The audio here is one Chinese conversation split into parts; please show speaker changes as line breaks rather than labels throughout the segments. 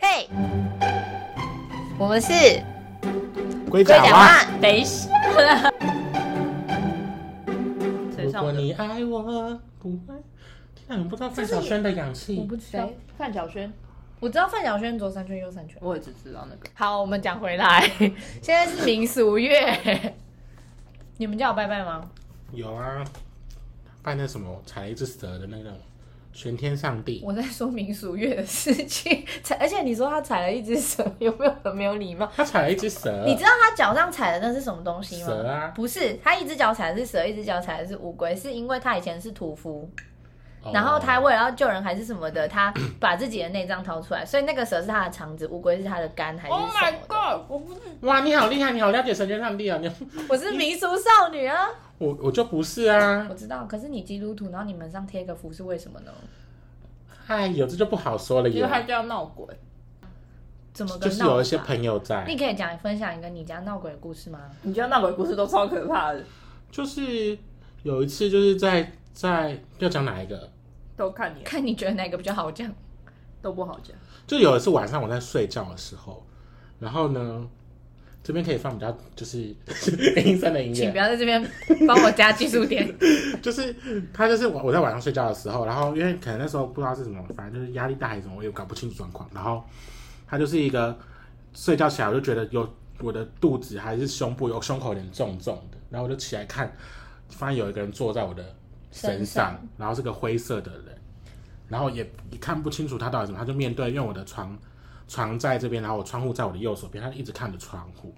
对，我们是
龟
龟
甲
甲
蛙。
蛙。
等一 下，谁
如
唱
果
的？
你爱我，不爱。天哪，你不知道范晓萱的氧气？
我不知道
谁
范晓萱，我知道范晓萱左三圈右三圈。
我也只知道那个。
好，我们讲回来， 现在是民俗月， 你们叫我拜拜吗？
有啊，拜那什么踩了一只蛇的那个玄天上帝，
我在说民俗月的事情，踩，而且你说他踩了一只蛇，有没有很没有礼貌？
他踩了一只
呃
蛇。啊
你知道他脚上踩的那是什么东西吗？
蛇啊
不是，他一只脚踩的是蛇，一只脚踩的是乌龟，是因为他以前是屠夫，
哦
然后他为了要救人还是什么的，他把自己的内脏掏出来，所以那个蛇是他的肠子，乌龟是他的肝还是什
Oh
么
my
的
god！我不是
哇，你好厉害，你好了解神天上帝啊！你
我是民俗少女啊，
我我就不是啊
我，知道。可是你基督徒，然后你门上贴个符是为什么呢？
哎呦，这就不好说了
觉得他
耶。
就要闹鬼，
怎么个
就是
闹
有一些
法
朋友在，
你可以讲分享一个你家闹鬼的故事吗？
你觉得闹鬼故事都超可怕的，
就是有一次就是在在要讲哪一个，
都看你
看你觉得哪个比较好讲？
都不好讲。
就有一次晚上我在睡觉的时候，然后呢，这边可以放比较就是 阴森的音
请
乐
不，要在这边帮我加技术 点。
就是他就是我我在晚上睡觉的时候，然后因为可能那时候不知道是什么，反正就是压力大还是什么，我也搞不清楚状况。然后他就是一个睡觉起来我就觉得有我的肚子还是胸部有胸口有点重重的，然后我就起来看，发现有一个人坐在我的身上，
身上
然后是个灰色的人，然后也也看不清楚他到底什么，他就面对，因为我的床床在这边，然后我窗户在我的右手边，他一直看着窗户。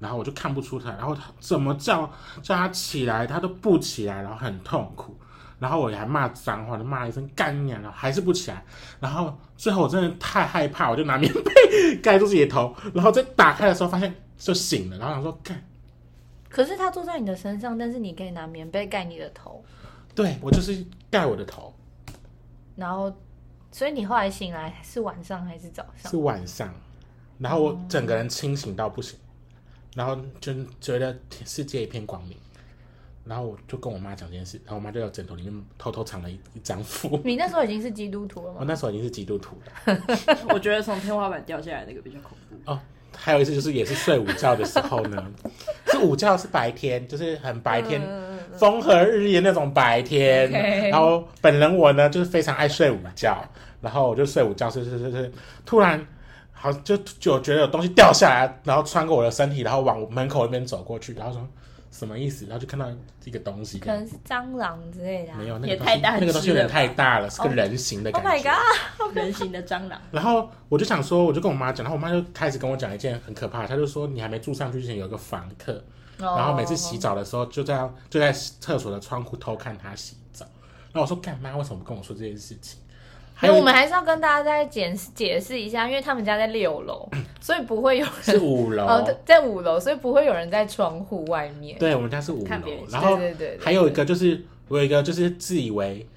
然后我就看不出他，然后他怎么叫叫他起来，他都不起来，然后很痛苦，然后我还骂脏话，就骂了一声干娘，然后还是不起来，然后最后我真的太害怕，我就拿棉被盖住自己的头，然后再打开的时候发现就醒了，然后想说干，
可是他坐在你的身上，但是你可以拿棉被盖你的头，
对我就是盖我的头，
然后，所以你后来醒来是晚上还是早上
是？晚上，然后我整个人清醒到不行，然后就觉得世界一片光明。然后我就跟我妈讲这件事，然后我妈就在枕头里面偷偷藏了一一张符。
你那时候已经是基督徒了
我
吗？
那时候已经是基督徒了。
我觉得从天花板掉下来那个比较恐怖。
哦，还有一次就是也是睡午觉的时候呢，是午觉是白天，就是很白天，
嗯
风和日丽的那种白天。
OK
然后本人我呢就是非常爱睡午觉，然后我就睡午觉睡睡睡睡，突然。好，就就觉得有东西掉下来，然后穿过我的身体，然后往门口那边走过去，然后说什么意思？然后就看到一个东西，
可能是蟑螂之类的、啊。
没有那
也
个东
太
西，
大
那个东西有点
只了吧
太大了，是个人形的
Oh
感觉。
my god！
人形的蟑螂，
然后我就想说，我就跟我妈讲，然后我妈就开始跟我讲一件很可怕的，她就说你还没住上去之前有一个房客，然后每次
哦
洗澡的时候就在就在厕所的窗户偷看她洗澡。然后我说干妈为什么不跟我说这件事情？还
哎，
有
我们还是要跟大家再解解释一下，因为他们家在六楼，所以不会有
是
人
五楼，
哦，对在五楼，所以不会有人在窗户外面。
对我们家是五
看别人
楼。
洗
然后
对对对对
还有一个就是我有一个就是自以为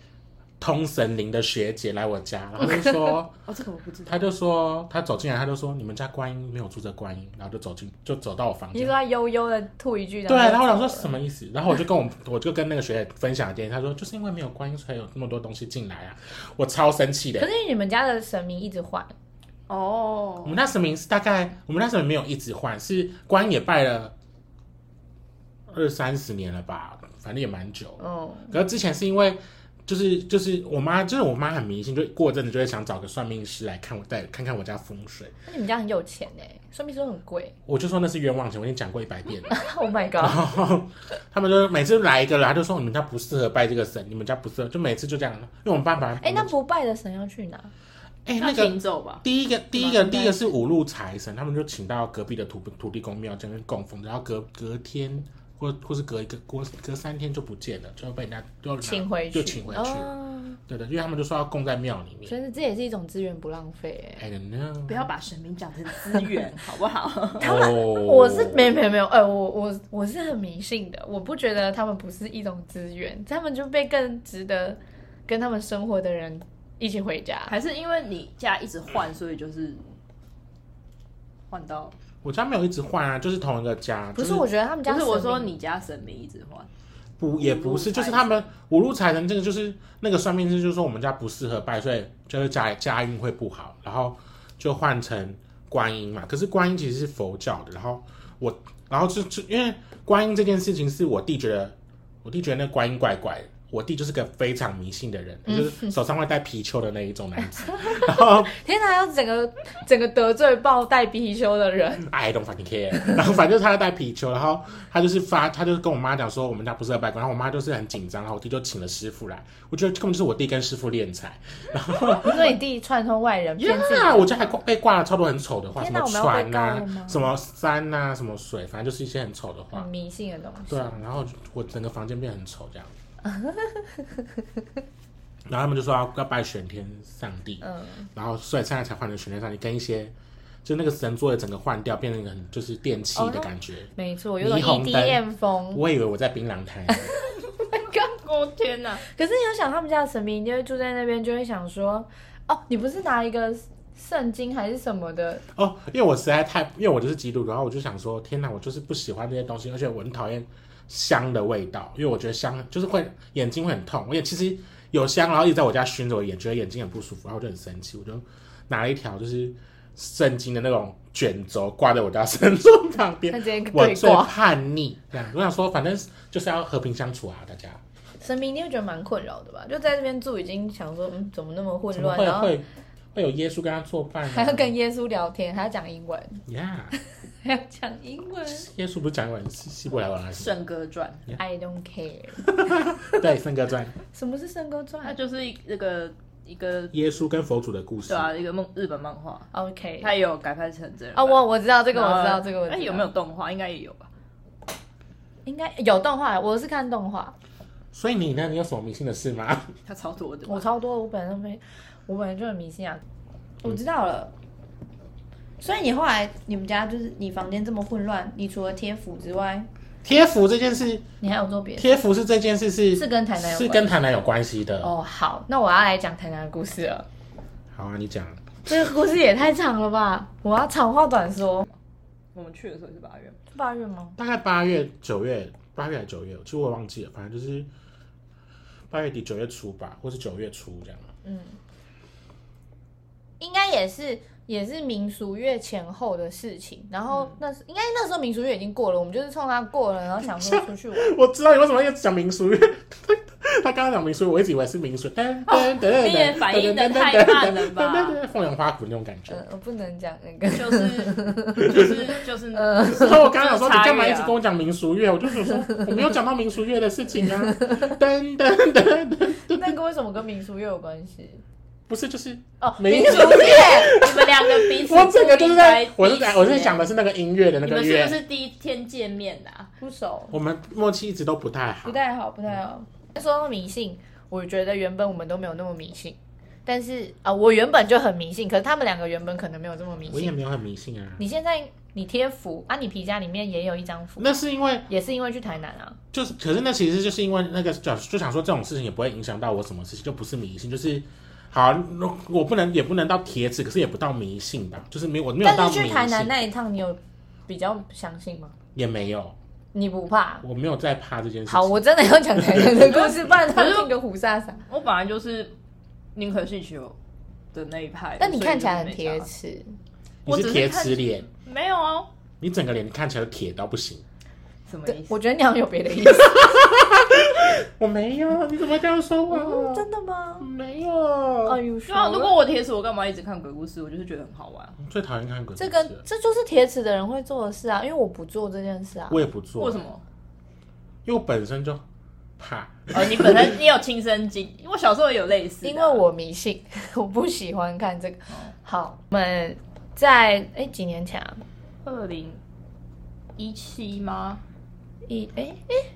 通神灵的学姐来我家，然后就 说。
哦，这个我不知道。
她就说，她走进来，她就说你们家观音没有住这观音，然后就走进，就走到我房
你
间
说。他悠悠的吐一句，
对，然后我想
就
说
走了
什么意思？然后我就跟我我就跟那个学姐分享了这件事，她说就是因为没有观音，所以有那么多东西进来啊，我超生气
可
的。
是你们家的神明一直换，
哦
我，们那神明是大概我们那神明没有一直换，是观音也拜了二三十年了吧，反正也蛮久了。
嗯，
可是之前是因为就是就是我妈就是我妈很迷信，就过阵子就会想找个算命师来看我带看看我家风水。
那你们家很有钱哎、算命师都很贵。
我就说那是冤枉钱，我已经讲过一百遍了。
Oh my
然
god！
后他们就每次来一个人，他就说你们家不适合拜这个神，你们家不适合，就每次就这样。因为我们爸爸，
哎、那不拜的神要去哪？
哎
那
那
行
个
走吧。
第一个第一个第一个是五路财神，他们就请到隔壁的土土地公庙这边供奉，然后隔隔天或或是隔一个过隔三天就不见了，就要被人家就拿
请回去，
就请回去了。
哦
对的，因为他们就说要供在庙里面。
所以这也是一种资源不浪费哎、
I don't know。
不要把神明讲成资源，好不 好？
哦，
我是没有没有没有，哎、我我我是很迷信的，我不觉得他们不是一种资源，他们就被更值得跟他们生活的人一起回家。
还是因为你家一直换，所以就是换到
我家没有一直换啊，就是同一个家。
不，
就是
我觉得他们家
不是我
神明
说你家神明一直换，
不也不是，
五路财神
就是他们五路财神这个就是那个算命师就说我们家不适合拜，所以就是家家运会不好，然后就换成观音嘛。可是观音其实是佛教的，然后我，然后就就因为观音这件事情是我弟觉得，我弟觉得那观音怪怪的。我弟就是个非常迷信的人，
嗯
就是手上会戴貔貅的那一种男子。然后
天哪，要整个整个得罪爆带貔貅的人，
I don't fucking care。然后反正他带皮球，然后他就是发，他就跟我妈讲说我们家不是二百关，然后我妈就是很紧张，然后我弟就请了师傅来，我觉得根本就是我弟跟师傅练财。
所以你弟串通外人骗自己。
啊，我家还挂被挂了超多很丑的话，什
天
么
哪
船
我们要被告了
啊
吗，嗯
什么山啊，什么水，反正就是一些很丑的话。
很迷信的东西，
对啊，然后我整个房间变很丑这样。然后他们就说要要拜玄天上帝，
嗯，
然后所以现在才换成玄天上帝，跟一些就那个神座也整个换掉，变成一个很就是电器
哦
的感觉。
没错，有种
霓虹灯
EDM 风。
我以为我在槟榔 摊，
我哦天哪！
可是你要想，他们家的神明一定会住在那边，就会想说，哦，你不是拿一个圣经还是什么的？
哦，因为我实在太，因为我就是基督徒，然后我就想说，天哪，我就是不喜欢这些东西，而且我很讨厌香的味道，因为我觉得香就是会眼睛会很痛，我也其实有香，然后一直在我家熏着我眼，觉得眼睛很不舒服，然后我就很生气，我就拿了一条就是圣经的那种卷轴挂在我家神桌旁
他
边。
直接
我
对
最
挂，
叛逆，这样我想说，反正就是要和平相处啊，大家
神明一定会觉得蛮困扰的吧？就在这边住，已经想说，嗯，怎么那么混
怎么
乱，
会
然后
会会有耶稣跟他作伴、啊？
还要跟耶稣聊天，还要讲英文，
呀
还要讲英文。
耶稣不是讲完希希伯来文还是什
圣歌传，
I don't care，
么？对，《圣歌传》
什么是圣歌
它
传
就是一那个一个
耶稣跟佛祖的故事。
对啊，一个梦日本漫画，
？OK，
它也有改拍成真人
哦，
版
我我知道这个，
然
我
后
知道这个，我知
哎，
道
有没有动画？应该也有吧。
应该有动画？我是看动画，
所以你呢？你有什么迷信的事吗？
它超多的吧，
我超多，我本来都没，我本来就很迷信啊。我知道了。所以你后来你们家就是你房间这么混乱，你除了贴符之外，
贴符这件事，
你还有做别的？
贴符是这件事是
是跟台南有
是
关
跟台南有关系的。
哦，好，那我要来讲台南的故事了。
好啊，你讲。
这个故事也太长了吧！我要长话短说。
我们去的时候是八月，
八月吗？
大概八月、九月、八月还是九月，其实我也忘记了，反正就是八月底九月初吧，或是九月初 这样。
嗯，应该也是也是民俗月前后的事情。然后那时、应该那时候民俗月已经过了，我们就是冲它过了，然后想说出去玩。
我知道你为什么要讲民俗，因为 他刚刚讲民俗，我一直以为是民俗。噔噔噔噔，
哦你也反应得太慢了 吧
噔噔噔噔凤阳花鼓那种感觉。
呃，我不能讲那个。
就是 就是就是
呃
然后我刚刚想说，你干嘛一直
差异啊
跟我讲民俗乐？我就想说， 我没有讲到民俗乐的事情 啊。噔噔噔噔，
那个为什么跟民俗月有关系？
不是，就是
哦，
民
民
俗
俗月，
你们两个彼此
我整个就是在，
不
我
应该
是在，我是
彼此
想的是那个音乐的那
你
个
们是
乐
不。是第一天见面啊？
不熟，
我们默契一直都不太好
不，太好，不太好。说到迷信，我觉得原本我们都没有那么迷信，但是啊、我原本就很迷信，可是他们两个原本可能没有这么迷
我也
信。
没有很迷信啊。
你现在你贴符啊，你皮夹里面也有一张符，
那是因为
也是因为去台南啊。
就是，可是那其实就是因为那个就就想说这种事情也不会影响到我什么事情，就不是迷信，就是好，那我不能也不能到铁齿，可是也不到迷信吧，就是没有我没有到
但
迷
是去
信，
台南那一趟，你有比较相信吗？
也没有，
你不怕？
我没有在怕这件事情。
好，我真的要讲台南的故事，不 然他听个胡莎莎。
我本来就是宁可信其有的那一派，
但你看起来
所
很
以
贴
就是没差
齿，
你
我只
是
是
铁
看
齿脸，
没有啊？
你整个脸看起来都铁到不行。
什么
对
意，思？
我觉得你好像有别的意思。
我没有，你怎么这样说我？
哦真的哦吗？
没有。
呦，
对啊，如果我铁齿，我干嘛一直看鬼故事？我就是觉得很好玩。
我最讨厌看鬼故
这
事
跟这就是铁齿的人会做的事啊，因为我不做这件事啊。
我也不做，
为什？么？
因为我本身就怕。
哦，你本身你有亲身经，因为我小时候也有类似的啊，
因为我迷信， 我不喜欢看这个。好，我们在哎几年前啊，
二零一七吗？
一哎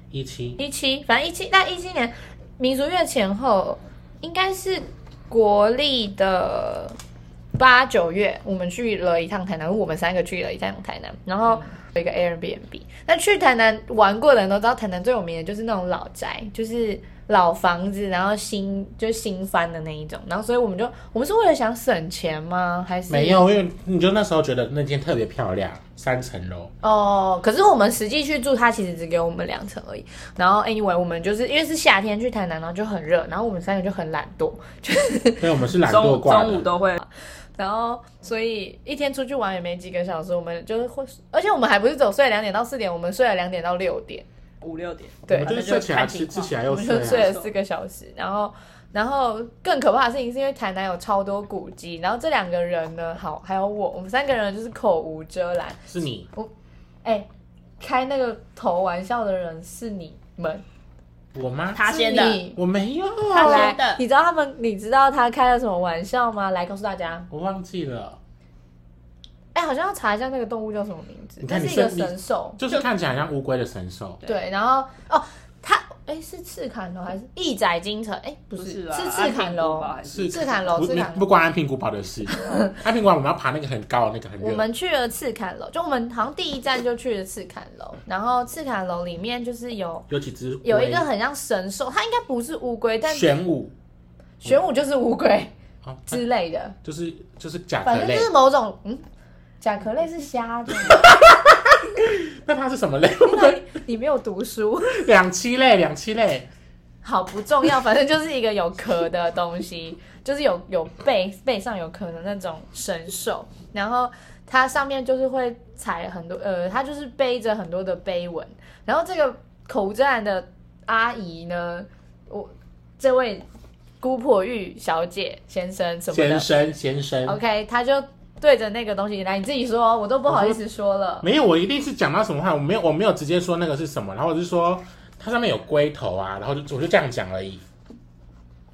一七
一七，反正一七，那一七年民族月前后，应该是国历的八九月，我们去了一趟台南，我们三个去了一趟台南，然
嗯
后有一个 Airbnb。那去台南玩过的人都知道，台南最有名的就是那种老宅，就是老房子，然后新就是新翻的那一种。然后所以我们就，我们是为了想省钱吗？还是
没？有，因为你就那时候觉得那间特别漂亮，三层楼。
哦，可是我们实际去住，它其实只给我们两层而已。然后 anyway，我们就是因为是夏天去台南，然后就很热，然后我们三个就很懒惰，
对，我们是懒
中
惰
午
挂
中午
的。
都会
然后所以一天出去玩也没几个小时，我们就是会，而且我们还不是走睡两点到四点，我们睡了两点到六点，
五六点，
对
我们就是睡起来吃，吃起来
我
又
们
睡、
就睡
啊。
了四个小时，然后。然后更可怕的事情是因为台南有超多古迹，然后这两个人呢，好还有我，我们三个人就是口无遮拦。
是你，
哎、开那个头玩笑的人是你们，
我吗？
他先
是
的，
你
我没有，
他
先
来
的
你知道他们，你知道他开了什么玩笑吗？来告诉大家。
我忘记了。
哎、好像要查一下那个动物叫什么名字
你，
它是
看你
一个
身你
神兽。
就是看起来像乌龟的神兽，
对
对，然后哦，它哎、是赤坎楼还是义载京城？哎、不
不
是，
啊
是赤坎楼。
安平古堡还是
是
赤坎楼
不
赤
你
坎楼
不关安平古堡 的事，安平古堡我们要爬那个很高的那个很
我
热，
们去了赤坎楼，就我们好像第一站就去了赤坎楼，然后赤坎楼里面就是有
有几只
有一
龟
个很像神兽，它应该不是乌龟，但
玄武
玄武就是乌 龟
啊，它
之类的，
就是就是甲壳
反正就
类
是，某种嗯，甲壳类是虾 的，
那它是什么类？
你你没有读书。
两栖类，两栖类，
好不重要，反正就是一个有壳的东西，就是有有背背上有壳的那种神兽，然后它上面就是会踩很多，呃，它就是背着很多的碑文，然后这个口无遮拦的阿姨呢，我这位姑婆玉小姐先生什么
先
的
生先生，
，OK，她就对着那个东西来，你自己说，我都不好意思说了，
没有，我一定是讲到什么话，我没有我没有直接说那个是什么，然后我就说它上面有龟头啊，然后就我就这样讲而已，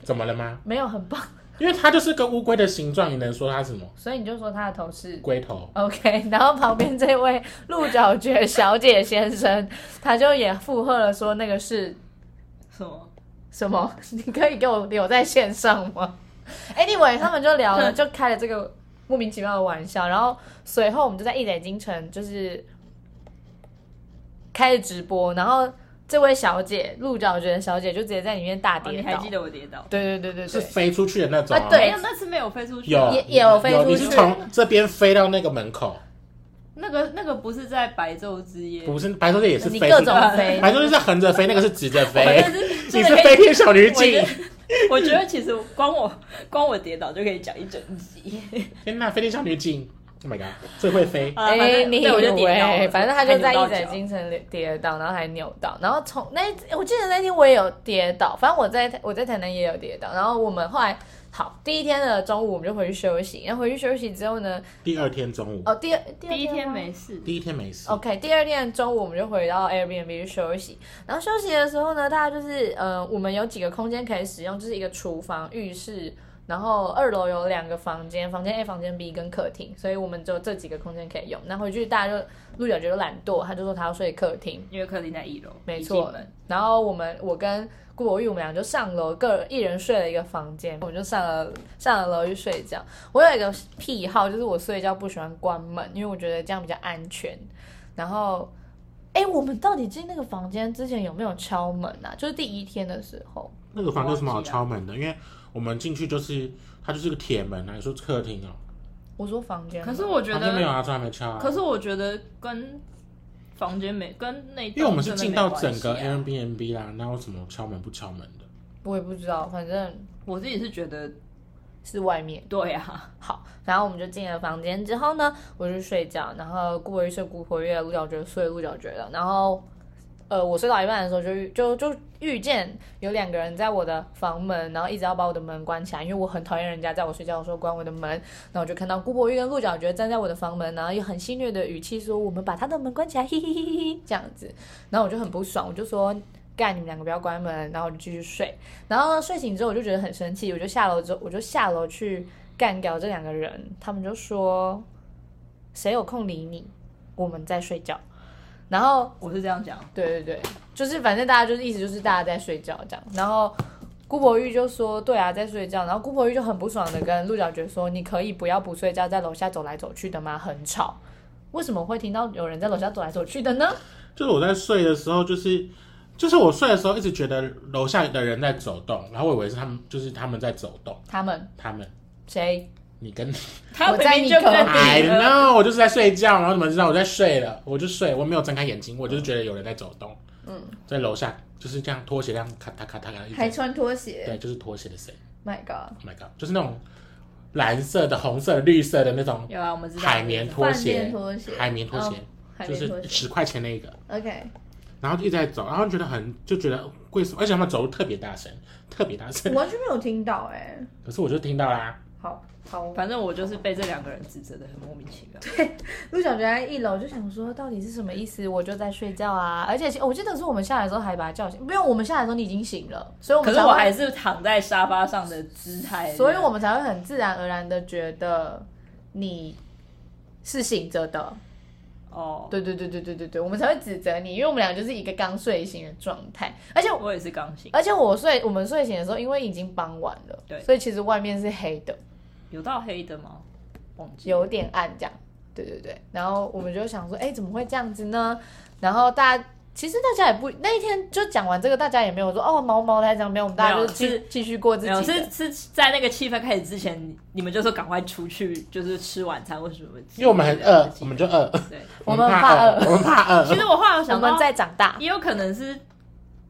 怎么了吗？
没有很棒，
因为它就是个乌龟的形状，你能说它什么？
所以你就说她的头是
龟头，
OK，然后 旁边这位鹿角蕨小姐先生，他就也附和了说那个是
什么？
什么？ 你可以给我留在线上吗？Anyway，他们就聊 了，就开了这个莫名其妙的玩笑，然后随后我们就在一载京城就是开始直播，然后这位小姐鹿角蕨小姐就直接在里面大
哦
跌
你
倒，
还记得我跌倒？哦
对对对对
是
对，
飞出去的那种、哦
啊对
没有，那次没有飞出去。啊
有
也也有飞出去
你是从这边飞到那个门口，
那个那个不是在白昼之夜，
不是白昼夜也是
你
飞出去，
各种飞，
白昼夜是横着飞，那个是直着飞
我真，的是
你
真
是
的可
飞
以。
天小女
我觉
警
得。，我觉得其实光我光我跌倒就可以讲一整集。
天哪，飞天小女警！Oh my god，最会飞，
啊反
哎、
正
你以
对我就跌倒
为
了，
反正他就在一
还扭
载
到脚
京城跌倒，然后还扭到，然后从那一我记得那天我也有跌倒，反正我在我在台南也有跌倒，然后我们后来好第一天的中午我们就回去休息，然后回去休息之后呢，
第二天中午，
哦第二第二
第一天
吗
没事，
第一天没
哦
事，
OK，第二天中午我们就回到 Airbnb 去休息。然后休息的时候呢，大家就是呃，我们有几个空间可以使用，就是一个厨房、浴室，然后二楼有两个房间，房间 A、房间 B 跟客厅，所以我们只有这几个空间可以用。那回去大家就鹿角觉得懒惰，他就说他要睡客厅，
因为客厅在一楼，
没
一
错
进门。
然后我们我跟顾博玉我们俩就上楼，各一人睡了一个房间，我们就上了上了楼去睡觉。我有一个癖好，就是我睡觉不喜欢关门，因为我觉得这样比较安全。然后，哎，我们到底进那个房间之前有没有敲门啊？就是第一天的时候，
那个房间有什么好敲门的？因为我们进去就是它就是个铁门啊，你说客厅哦、
我说房间吗，
可是我觉
房间没有
得，
啊，从来没敲啊。
可是我觉得跟房间没跟那一栋
因为我们是
真的
进
没
到
关
整个
系啊
Airbnb 啦，哪有什么敲门不敲门的？
我也不知道，反正
我自己是觉得
是外面。
对啊，
好，然后我们就进了房间之后呢，我就睡觉，然后顾维睡顾活跃，鹿角蕨睡鹿角蕨了，然后呃，我睡到一半的时候就遇就就遇见有两个人在我的房门，然后一直要把我的门关起来，因为我很讨厌人家在我睡觉的时候关我的门，然后我就看到顾博玉跟鹿角蕨站在我的房门，然后用很戏谑的语气说我们把他的门关起来，嘿嘿嘿嘿嘿这样子，然后我就很不爽，我就说。干你们两个不要关门，然后我就继续睡。然后睡醒之后我就觉得很生气，我就下楼之后我就下楼去干掉这两个人，他们就说谁有空理你，我们在睡觉。然后
我是这样讲，
对对对，就是反正大家就是意思就是大家在睡觉这样。然后姑婆玉就说对啊在睡觉，然后姑婆玉就很不爽的跟鹿角蕨说你可以不要不睡觉在楼下走来走去的吗？很吵。为什么会听到有人在楼下走来走去的呢？
就是我在睡的时候，就是就是我睡的时候一直觉得楼下的人在走动，然后我以为是他们，就是他们在走动，
他们
他们
谁？
你跟
他
我在你
明明就
隔
在
壁
I
顶了，
know，我就是在睡觉，然后你们知道我在睡了，我就睡，我没有睁开眼睛，我就是觉得有人在走动，嗯，在楼下就是这样拖鞋这样咔嗒咔嗒咔嗒一直
还穿拖鞋
对，就是拖鞋的声音
？My God！
，Oh my god，就是那种蓝色的、红色的、绿色的那种
有啊，我们知道
海绵拖
饭店
鞋
拖鞋，
海绵拖鞋，
海
就
绵拖鞋
是十块钱那个，
，OK，
然后就一直在走，然后觉得很就觉得为什么？而且他们走路特别大声，特别大
我
声，
完全没有听到哎、
可是我就听到啦，
好好，
反正我就是被这两个人指责的很莫名其妙。
陆小姐在一楼就想说到底是什么意思，我就在睡觉啊。而且、我记得是我们下来的时候还把她叫醒，因为我们下来的时候你已经醒了，所以我
可
们
是
才
我
会
还是躺在沙发上的姿态，
所以我们才会很自然而然的觉得你是醒着的。
哦，
对对对对对对对，我们才会指责你，因为我们俩就是一个刚睡醒的状态，而且
哦我也是刚醒，
而且我睡我们睡醒的时候，因为已经傍晚了，
对
所以其实外面是黑的，
有到黑的吗？忘记
有点暗这样。对对对，然后我们就想说，哎，怎么会这样子呢？然后大家。其实大家也不那一天就讲完这个，大家也没有说哦毛毛才讲，没有，我们大家
没有
就继
是
继续过自己
没
的。
有，是是在那个气氛开始之前，你们就说赶快出去，就是吃晚餐或什么之类的。
因为我们很饿，我们就饿，
对。
我们
怕
怕
饿，我们怕
其
饿，
实我后来有
我
想
们
到，
在长大，
也有可能是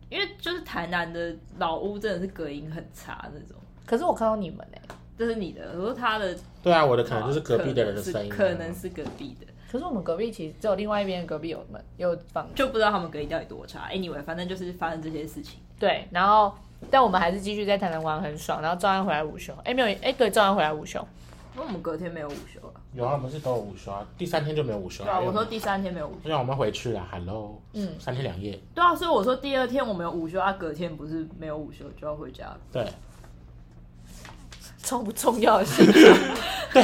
因为就是台南的老屋真的是隔音很差那种，
可是我看到你们哎、
这是你的，我说他的
对啊，我的可能就是隔壁的人的声音啊，
可能是隔壁的，
可是我们隔壁其实只有另外一边隔壁有门有房
就不知道他们隔音到底多差。Anyway，反正就是发生这些事情。
对，然后但我们还是继续在台南玩很爽，然后照样回来午休。哎，没有，哎，对，照样回来午休。
因为我们隔天没有午休了，
有啊，我们是都有午休啊，第三天就没有午休
对啊，
了，
我说第三天没有午休，
让我们回去了，Hello，
嗯
三天两夜，
对啊，所以我说第二天我们有午休，啊，隔天不是没有午休就要回家了，
对，
重不重要的 事情。对。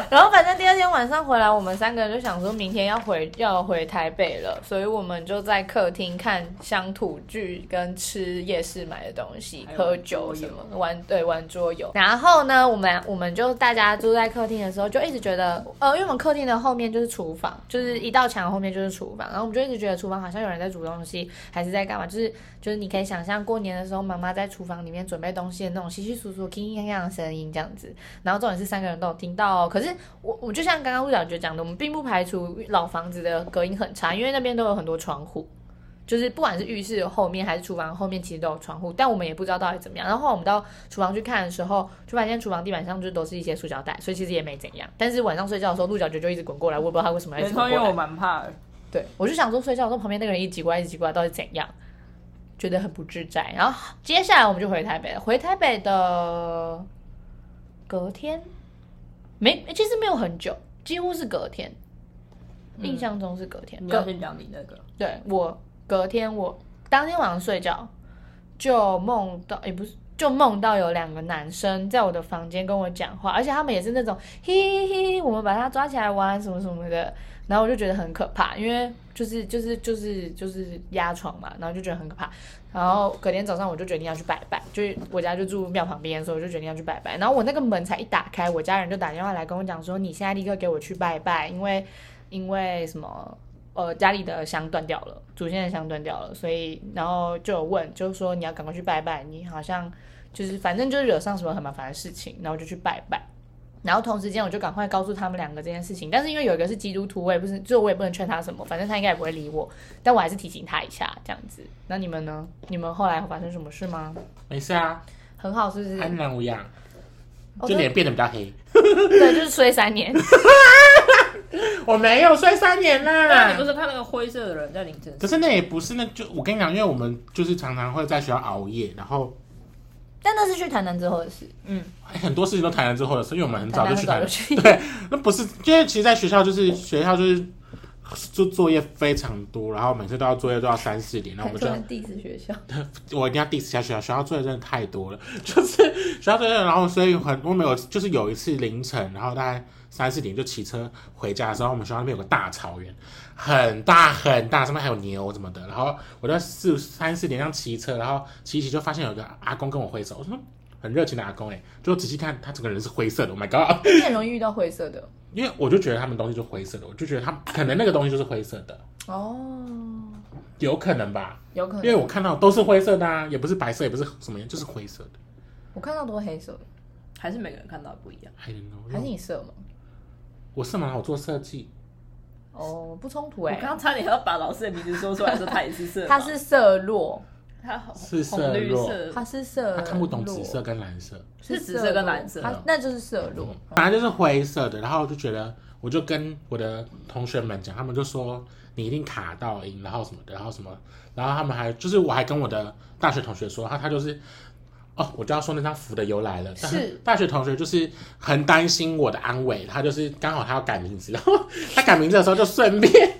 然后反正第二天晚上回来，我们三个人就想说明天要回要回台北了，所以我们就在客厅看乡土剧，跟吃夜市买的东西
还，有
喝
玩
酒
桌
什
游
么的玩对玩桌游。然后呢，我们我们就大家住在客厅的时候，就一直觉得呃，因为我们客厅的后面就是厨房，就是一道墙后面就是厨房，然后我们就一直觉得厨房好像有人在煮东西，还是在干嘛，就是就是你可以想象过年的时候，妈妈在厨房里面准备东西的那种稀稀疏疏、叮叮当当的声音这样子。然后重点是三个人都有听到、哦，可是我我就像刚刚陆小姐讲的，我们并不排除老房子的隔音很差，因为那边都有很多窗户。就是不管是浴室后面还是厨房后面，其实都有窗户，但我们也不知道到底怎么样。然后后来我们到厨房去看的时候，就发现厨房地板上就都是一些塑胶袋，所以其实也没怎样。但是晚上睡觉的时候，鹿角蕨就一直滚过来，我也不知道它为什么要一
没
直滚
错，
过
因
来
为我蛮怕 的。
对，我就想说睡觉的时候旁边那个人一直挤过来，一直挤过来，到底怎样？觉得很不自在。然后接下来我们就回台北了。回台北的隔天，没，其实没有很久，几乎是隔天。印象中是隔天，
你
隔
要先讲你那 个，
对我隔天我当天晚上睡觉就梦到，也不是。就梦到有两个男生在我的房间跟我讲话，而且他们也是那种嘿嘿嘿，我们把他抓起来玩什么什么的，然后我就觉得很可怕，因为就是就是就是就是压床嘛，然后就觉得很可怕。然后隔天早上我就决定要去拜拜，就是我家就住庙旁边，所以我就决定要去拜拜。然后我那个门才一打开，我家人就打电话来跟我讲说，你现在立刻给我去拜拜，因为因为什么呃家里的香断掉了，祖先的香断掉了，所以然后就有问，就是说你要赶快去拜拜，你好像就是反正就惹上什么很麻烦的事情，然后我就去拜拜。然后同时间我就赶快告诉他们两个这件事情，但是因为有一个是基督徒，我也不是，就我也不能劝他什么，反正他应该也不会理我，但我还是提醒他一下这样子。那你们呢？你们后来有发生什么事吗？
没事啊，
很好，是不是？
安然无恙，
嗯
哦
就
对
脸变得比较黑，
对，就是睡三年。
我没有睡三年
那啊你不
啦。
是看那个灰色的人在凌晨
可是那也不是那就我跟你讲，因为我们就是常常会在学校熬夜，然后
但那是去台南之后的事，嗯
哎很多事情都谈了之后了，所以我们很
台
嗯早
南
就
很
嗯
去
早
谈
就
了。
去。
对，那不是，因为其实，在学校就是学校就是就作业非常多，然后每次都要作业都要三四点，然后我们
突
就
然 diss 学 校，
我一定要 diss 一下啊学校，学校作业真的太多了， 就是学校作业，然后所以很我们有就是有一次凌晨，然后大概三四点就骑车回家的时候，我们学校那边有个大草原，很大很大，上面还有牛什么的，然后我在四三四点这样骑车，然后骑一骑就发现有个阿公跟我挥手，我说嗯很热情的阿公哎、欸，就仔细看他整个人是灰色的，Oh my god！
你很容易遇到灰色的
因为我就觉得他们东西就灰色的，我就觉得他们可能那个东西就是灰色的，
哦，
有可能吧？
有可
因
能。
为我看到都是灰色的啊，也不是白色，也不是什么样，就是灰色的。
我看到都是黑色的，
还是每个人看到的不一样。
I don't know，
还是你色盲？
我是蛮好做设计，
哦，不冲突
我
哎、
刚刚差点要把老师的名字说出来，说他也是色盲，
他是色弱，
它红
是色
红绿
弱
色，
它是色，
他看不懂紫色，跟蓝色，
是紫色跟蓝色
它那就是色弱。
反正就是灰色的。然后我就觉得，我就跟我的同学们讲，他们就说你一定卡到音，然后什么的，然后什么，然后他们还就是我还跟我的大学同学说，他他就是。哦，我就要说那张符的由来了。但
是
大学同学就是很担心我的安危，他就是刚好他要改名字，然后他改名字的时候就顺便，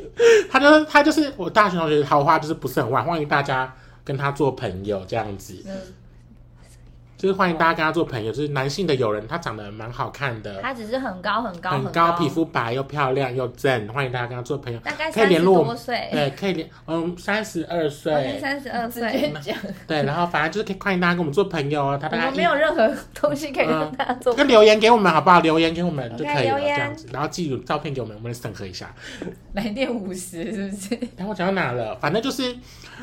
他就他就是我大学同学桃花就是不是很旺，欢迎大家跟他做朋友这样子。就是欢迎大家跟他做朋友，就是男性的友人，他长得蛮好看的，
嗯它只是很高很高
很
高，
皮肤白又漂亮又正，欢迎大家跟他做朋友。
大概
可以
三十
联络我
多
们
岁，
对，可以联，嗯，三十二岁，
哦三十二
直
岁
接。讲，
对，然后反正就是可以欢迎大家跟我们做朋友哦。他
我
大概
们
一嗯
没有任何东西可以让大家做
这，个留言给我们好不好？留言给我们就可
OK，
以了，
留
这
言
样子，然后寄照片给我们，我们审核一下。
来电五十是不是？
然后我讲到哪了？反正就是，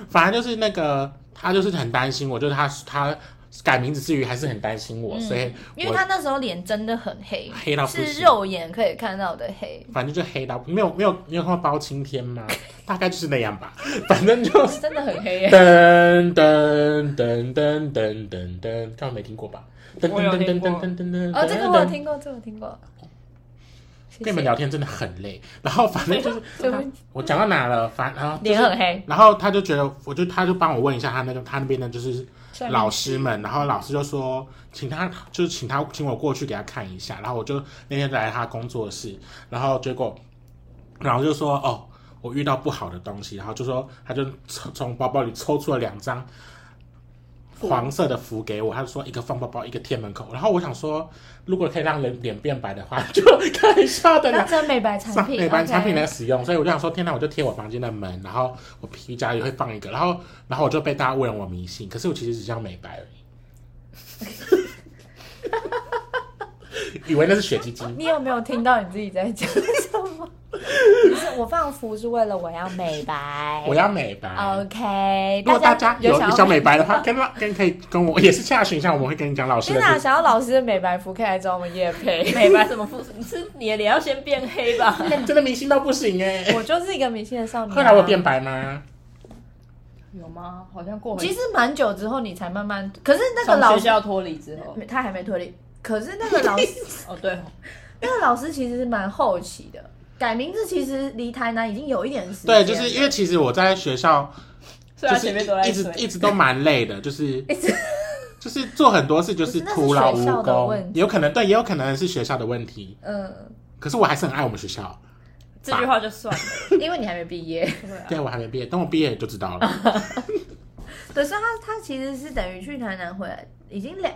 反正就是那个他就是很担心我，就是他他改名字之余还是很担心我，所以
嗯因
我
为他那时候脸真的很黑，
黑到不行
是肉眼可以看到的黑，
反正就黑到没有没有没有看过包青天吗？大概就是那样吧，反正就是。
真的很黑耶。 欸
噔噔噔噔噔噔噔，刚没听过吧？噔
我
噔
有
噔
听
噔
过
噔噔噔噔。
哦，这个我有。听过，这个我听过。谢
跟你们
谢。
聊天真的很累，然后反正就是
对不起
我讲到哪了，反然后
脸很黑，
然后他就觉得，我就他就帮我问一下他那个他那边的就是老师们，然后老师就说请他就是请他请我过去给他看一下，然后我就那天来他工作室，然后结果然后就说哦我遇到不好的东西，然后就说他就从从包包里抽出了两张黄色的符给我，他就说一个放包包，一个贴门口，然后我想说如果可以让人脸变白的话， 就可以笑的
那
了。
这美白产
上
品，
美白产品
OK
来使用，所以我就想说，天哪，我就贴我房间的门，然后我皮夹也会放一个，然后然后我就被大家问我迷信，可是我其实只想美白而已，以为那是雪肌精，
你有没有听到你自己在讲什么？就是我放福是为了我要美白。
我要美白。
OK，
如果大家有
想
想
要
美白的话，跟跟可以跟我也是下询一下，我们会跟你讲老师
天
的
哪，
事。
想要老师的美白服，可以来找我们叶培。
美白什么肤色？你是你的脸要先变黑吧？
那你真的明星都不行哎、
我就是一个迷信的少女、啊。
后来我变白吗？
有吗？好像过
其实蛮久之后，你才慢慢，可是那个
从
老
学
师
校脱离之后，
他还没脱离，可是那个老 师
哦对哦，
那个老师其实是蛮后期的，改名字其实离台南已经有一点时间
对，
了，
就是因为其实我在学校就
虽
啊
然
是
前面都在
一直一
吹，
直都蛮累的，就是
一直
就是做很多事就是
不是
徒
那
劳
是
无
学校的问
功，
题
也有可能对，也有可能是学校的问题。
嗯，
可是我还是很爱我们学校，
这句话就算了。
因为你还没毕业，
对啊
对我还没毕业，等我毕业就知道了。
可是他他其实是等于去台南回来，已经两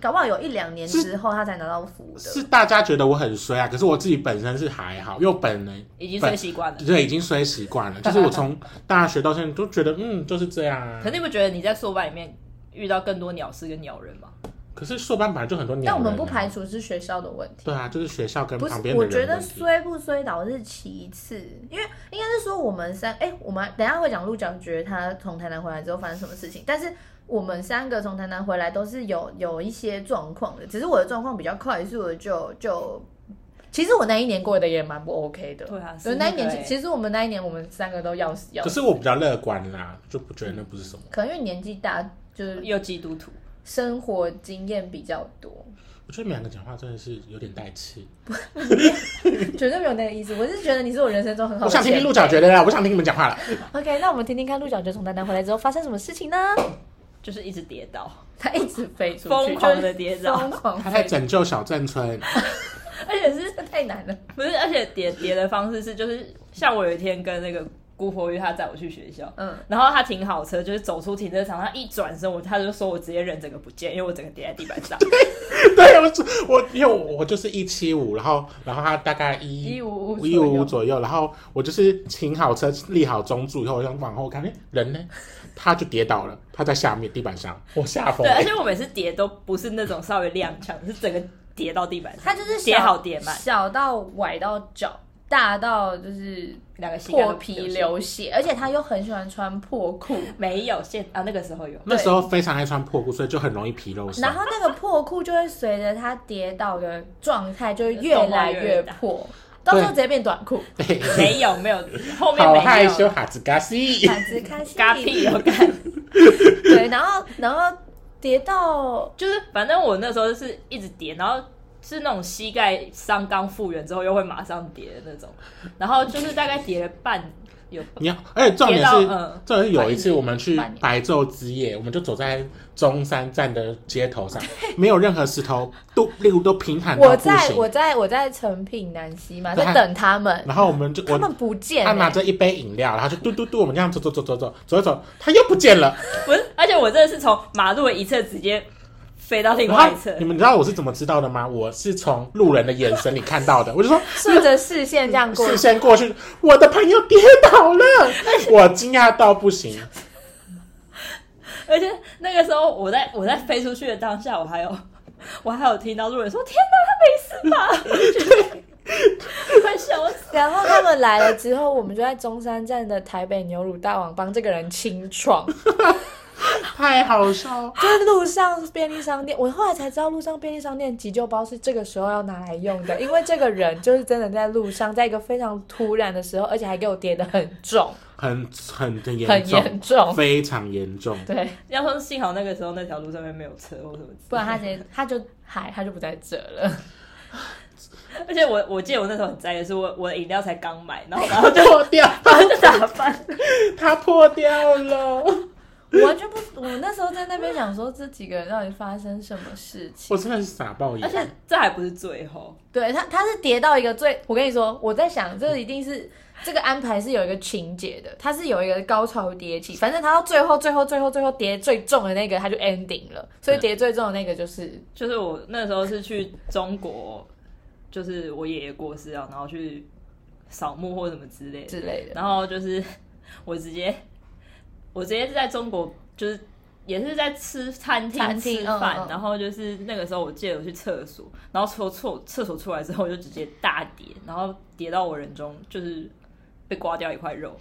搞不好有一两年
是
之后，他才拿到服的。
是大家觉得我很衰啊，可是我自己本身是还好，因为我本人
已经睡习惯了。
对已经衰习惯 了，就是我从大学到现在都觉得嗯就是这样啊
可。是你不觉得你在硕班里面遇到更多鸟事跟鸟人吗？
可是硕班本来就很多年、
但我们不排。除是学校的问题。
对啊，就是学校跟
不是
旁边，的
我
人
觉
的
得
问题
衰不衰倒是其次，因为应该是说我们三，哎、我们等一下会讲鹿角蕨他从台南回来之后发生什么事情，但是我们三个从台南回来都是有有一些状况的，只是我的状况比较快速的就就，其实我那一年过得也蛮不 OK 的，
对啊
就是那
那
一
个
年
欸
其实我们那一年我们三个都要死要
可
死，
是我比较乐观啦，就不觉得那不是什么。
可能因为年纪大，就是
又基督徒，
生活经验比较多，
我觉得你们两个讲话真的是有点带刺。
绝对没有那个意思，我是觉得你是我人生中很好
我
的
想听
前
听鹿角觉得啦，我想听你们讲话了。
OK，那我们听听看鹿角蕨从台南回来之后发生什么事情呢？
就是一直跌倒，
它一直飞出去，
疯狂地跌倒
就是疯狂
他在
飞，
拯救小镇村，
而且是太难了。
不是？而且跌跌的方式是，就是像我有一天跟那个姑婆玉，她载我去学校，
嗯，
然后他停好车，就是走出停车场，他一转身，我他就说我直接人整个不见，因为我整个跌在地板上。
对我我因为我我就是一七五，然后然后他大概一
155
一
左
五五
右
左右，然后我就是停好车立好中柱以后，我想往后看，哎、人呢？他就跌倒了，他在下面地板上，我吓疯
对，而
了
且。我每次跌都不是那种稍微踉跄，是整个跌到地板上。
它就是
跌
小
好跌慢，
小到崴到脚，大到就是
两个膝盖都
破皮流血，而且他又很喜欢穿破裤。
没有现啊，那个时候 有。
那时候非常爱穿破裤，所以就很容易皮肉
然
伤。
后那个破裤就会随着他跌倒的状态，就会越来啊越破，到时候直接变短裤。
对，
没有没有，后面
好
没有。
害羞，哈兹嘎西。
毯子开心，
嘎屁有干，
对，然后然后跌到
就是反正我那时候就是一直跌，然后是那种膝盖伤刚复原之后又会马上跌的那种，然后就是大概跌了半有
你要，而且重点是
跌
呃
到嗯，
重点是有一次我们去
半年
白昼之夜，我们就走在中山站的街 头上，没有任何石头，都路都平坦到
我
不
在我
行。
在我在成品南西嘛，
对
在等他们，
然后我们就
他们
我
不见、
他拿
欸，
着一杯饮料，然后就嘟嘟嘟，我们这样走走走走走走一走，他又不见了。
不是，而且我真的是从马路的一侧直接飞到另
然
外一
后
侧
你，们知道我是怎么知道的吗？我是从路人的眼神里看 到的，我就说
顺着视线这样过
视，线过去，我的朋友跌 倒了，我惊讶到不行。
而且那个时候我在我在飞出去的当下，我还有 我还有听到路人说：“天哪，他没事吧？”我就觉得 快笑死！
然后他们来了之后，我们就在中山站的台北牛乳大王帮这个人清创，
太好笑了！
就是路上便利商店，我 后来才知道路上便利商店急救包是这个时候要拿来用的，因为这个人就是真的在路上，在一个非常突然的时候，而且还给我跌得很重，
很很很严
很
重，
严重，
非常严重。
对，
要说幸好那个时候那条路上面没有车或什么之类的，
不然他直接他就嗨，他就不在这了。
而且我我记得我那时候很在意，是我我的饮料才刚买， 然后然后
破掉，
就打翻。
它破掉了。
我完全不，我那时候在那边想说这几个人到底发生什么事情
我。真的是傻爆
而且
眼。
这还不是最后，
对他，他是跌到一个最，我跟你说，我在想，这一定是这个安排是有一个情节的，他是有一个高潮迭起，反正他到最后、最后、最后、最后跌最重的那个，他就 ending 了，所以跌最重的那个就是
就是我那时候是去中国，就是我爷爷过世啊，然后去扫墓或什么之类的
之，类的。
然后就是 我直接我直接是在中国，就是也是在吃餐
餐
厅
厅
吃饭，
嗯嗯
然后就是那个时候我记得我去厕所，然后从厕厕所出来之后我就直接大跌，然后跌到我人中，就是被刮掉一块肉。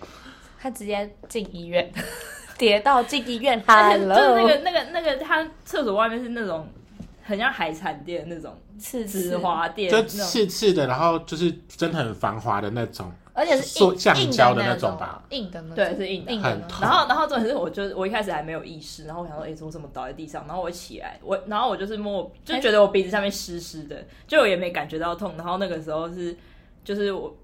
他直接进医院， 跌到进医院
而且就是那
，hello，
个那个那个，它厕所外面是那种很像海产店那种
刺
紫，华店
就
那种，
刺刺的，然后就是真的很繁华的那种，
而且是
塑
硬
橡
硬
胶的
的
那种
种
吧，
硬的那种，
对，是硬的。
硬的
很
那种。
痛
然后，然后重点是，我就我一开始还没有意识，然后我想说，哎诶，怎么怎么倒在地上？然后我起来，我然后我就是摸，
哎
就觉得我鼻子下面湿湿的，就我也没感觉到痛。然后那个时候是，就是我，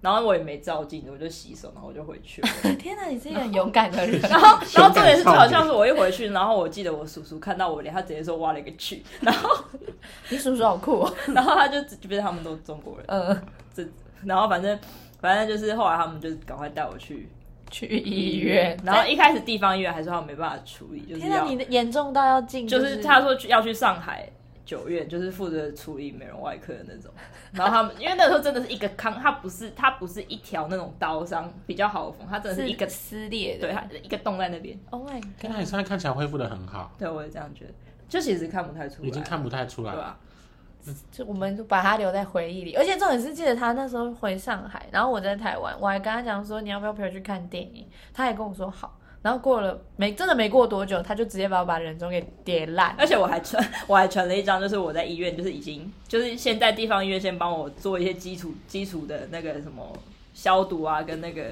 然后我也没照镜子，我就洗手，然后我就回 去了。
天哪，你是一个很勇敢的人。
然后，然后重点是
胸
最
感
好
少女
笑是，我一回去，然后我记得我叔叔看到我脸，他直接说挖了一个 去，然后
你叔叔好酷、哦，
然后他就直，不是他们都中国人，
嗯，
然后反正反正就是后来他们就是赶快带我去
去医院，
然后一开始地方医院还说他们没办法处理，就是
天哪，
哎要
你的严重到要进，
就是他说去要去上海九院，就是负责处理美容外科的那种。然后他们因为那时候真的是一个康，它不是它不是一条那种刀伤比较好缝，它真的是
是
一个
撕裂的，
对它一个洞在那边。
，Oh my
但它
god，
也是看起来恢复的很好，
对，我也这样觉得，就其实看不太出来，
已经看不太出来
对啊
了。
吧？
就我们就把它留在回忆里，而且重点是记得他那时候回上海，然后我在台湾，我还跟他讲说你要不要陪我去看电影，他也跟我说好。然后过了没真的没过多久，他就直接把我把人中给跌烂。
而且我还传我还传了一张，就是我在医院，就是已经就是现在地方医院先帮我做一些基础基础的那个什么消毒啊，跟那个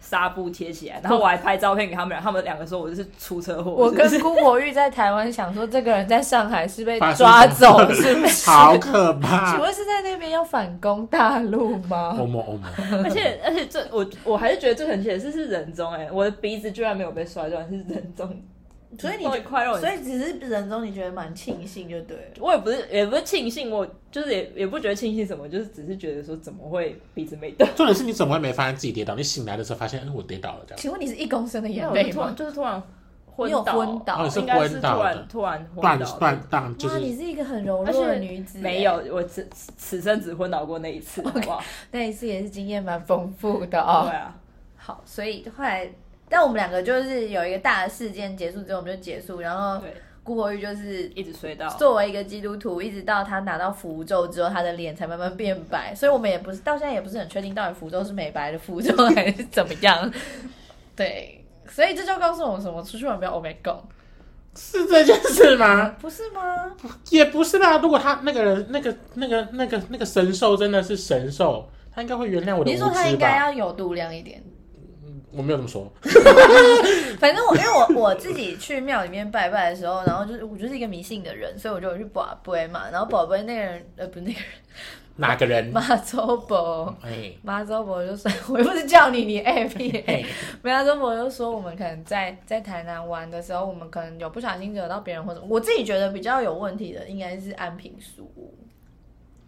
纱布贴起来，然后我还拍照片给他们俩，他们两个说我就是出车祸，
我
是
跟
不
姑婆玉在台湾想说，这个人在上海是被
发生
抓
什
走
么， 事
是不是？
好可
请
怕！
问是在那边要反攻大陆吗？
欧盟欧盟，
是 而且而且最我我还是觉得最神奇的是是人中哎、我的鼻子居然没有被摔断，是人中，
所以你
多一块肉，
以只是人中，你觉得蛮庆幸就对了。
我也不是也不是庆幸，我就是也也不觉得庆幸什么，就是只是觉得说怎么会鼻子没断。
重点是你怎么会没发现自己跌倒？你醒来的时候发现，嗯，我跌倒了这样。
请问你是一公升的
没
眼
有，我
泪
就突然
吗？
就是突然昏
你有
倒，
昏倒
哦，你是
应该
昏
是突
倒
然
的，
突然昏
断
倒
断
的。
档就
哇，你
是。
是一个很柔
而
弱的
且
女子，
没有，，我此此此生只昏倒过那一次，好 不好？
那一次也是经验蛮丰富的
对
哦。
啊，
好，所以后来，但我们两个就是有一个大的事件结束之后，我们就结束，然后
对，
顾国玉就是。
一直睡到。
作为一个基督徒，一直到他拿到符咒之后，他的脸才慢慢变白，所以我们也不是到现在也不是很确定到底符咒是美白的符咒还是怎么 样。对，所以这就告诉我们什么，出去玩不要 Oh my God，
是这件事吗？
不是吗？
也不是啦。如果他那个人、那个、那个、那个、那个神兽真的是神兽，他应该会原谅我的
你是
无
说他
知
应该
吧？
要有度量一点？
我没有这么说，
反正我因为我我自己去庙里面拜拜的时候，然后就是我就是一个迷信的人，所以我就有去保杯嘛。然后保杯那个人呃不是那个人
哪个 人？
妈祖伯，
哎
妈祖伯就说，我又不是叫你，你 A P。
哎，
妈祖伯就说，我们可能在在台南玩的时候，我们可能有不小心惹到别人或者我自己觉得比较有问题的应该是安平书屋，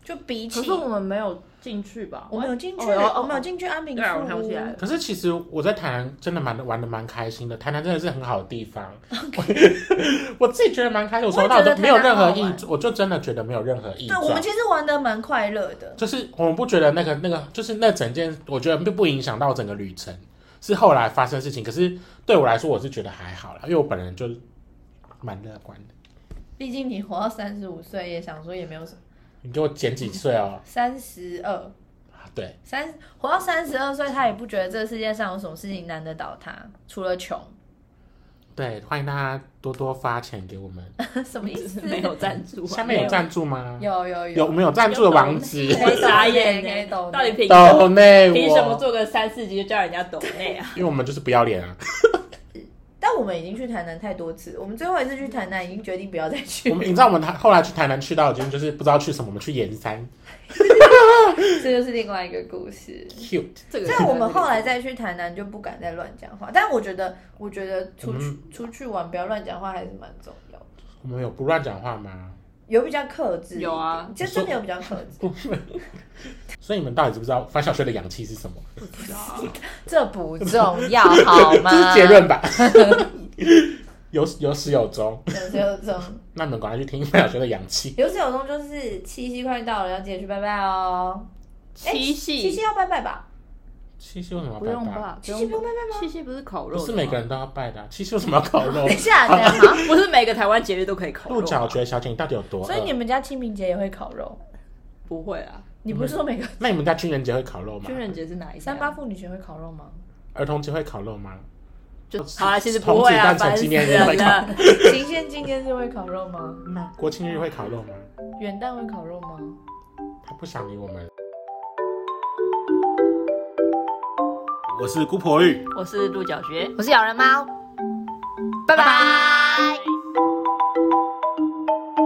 就比起
可是我们没有进去吧？
我没有进去，
哦哦哦
我没有进去安平
对啊我
书
想
屋
起来了。
可是其实我在台南真的蛮玩的蛮开心的，台南真的是很好的地方。 我我自己觉得蛮开心，我从头到尾都没有任何
我也觉得台南
异
好，
我就真的觉得没有任何异
对，我们
状。
其实玩的蛮快乐的。
就是我们不觉得那个那个，就是那整件，我觉得并不影响到整个旅程，是后来发生的事情。可是对我来说，我是觉得还好啦，因为我本人就蛮乐观的。
毕竟你活到三十五岁，也想说也没有什么。
你给我减几岁哦？啊
三十二，
对，
三活到三十二岁，他也不觉得这个世界上有什么事情难得倒他，除了穷。
对，欢迎大家多多发钱给我们。
什么意思？
没有赞助啊，
下面有赞助吗？
有有
有，我们有赞助的网址。
有
我傻眼
可以
呢、
抖内
到底凭
抖内
凭什么
我，
做个三四集就叫人家抖内啊？
因为我们就是不要脸 啊！
但我们已经去台南太多次，我们最后一次去台南已经决定不要再去
我，们你知道我们台后来去台南去到已经就是不知道去什么，我们去盐山
这就是另外一个故事。
cute，
这个
所以我们后来再去台南就不敢再乱讲话，但我觉得，我觉得出
嗯
去、出去玩不要乱讲话还是蛮重要的，
我们有不乱讲话吗？
有比较克制，
有啊，
就真的有比较克制，
所以你们到底知不知道樊小学的氧气是什么？
这不 重要好吗？
这是结论吧？ 有有始有终，
有始有终。
那你们赶快去听樊小学的氧气。
有始有终就是七夕快到了，要记得去拜拜哦。哎
七
七夕
夕
要拜拜吧？
七夕为什么要
不用
拜拜？
吧？
七夕不用拜拜吗？
七夕不是烤
不
肉的吗？
是每个人都要拜的啊，七夕为什么要烤 肉
等一？下，等一下。
不是每个台湾节日都可以烤肉啊
鹿
吧，
角蕨小姐，你到底有多饿？
所以你们家清明节也会烤肉？
不会啊？
你不是说 每个
那你们家军人节会烤肉吗？
军人节是哪一天
三
啊？
八妇女节会烤肉吗？
儿童节会烤肉吗？
就
同
好了，其实不会啊，
同子弹
烦
手
死
纪念日会
人
烤
了。
行宪纪念日会烤肉吗？
那国庆日会烤肉吗？
元旦会烤肉吗？
他不想理我们。我是姑婆玉。
我是鹿角蕨。
我是咬人猫，拜拜。
拜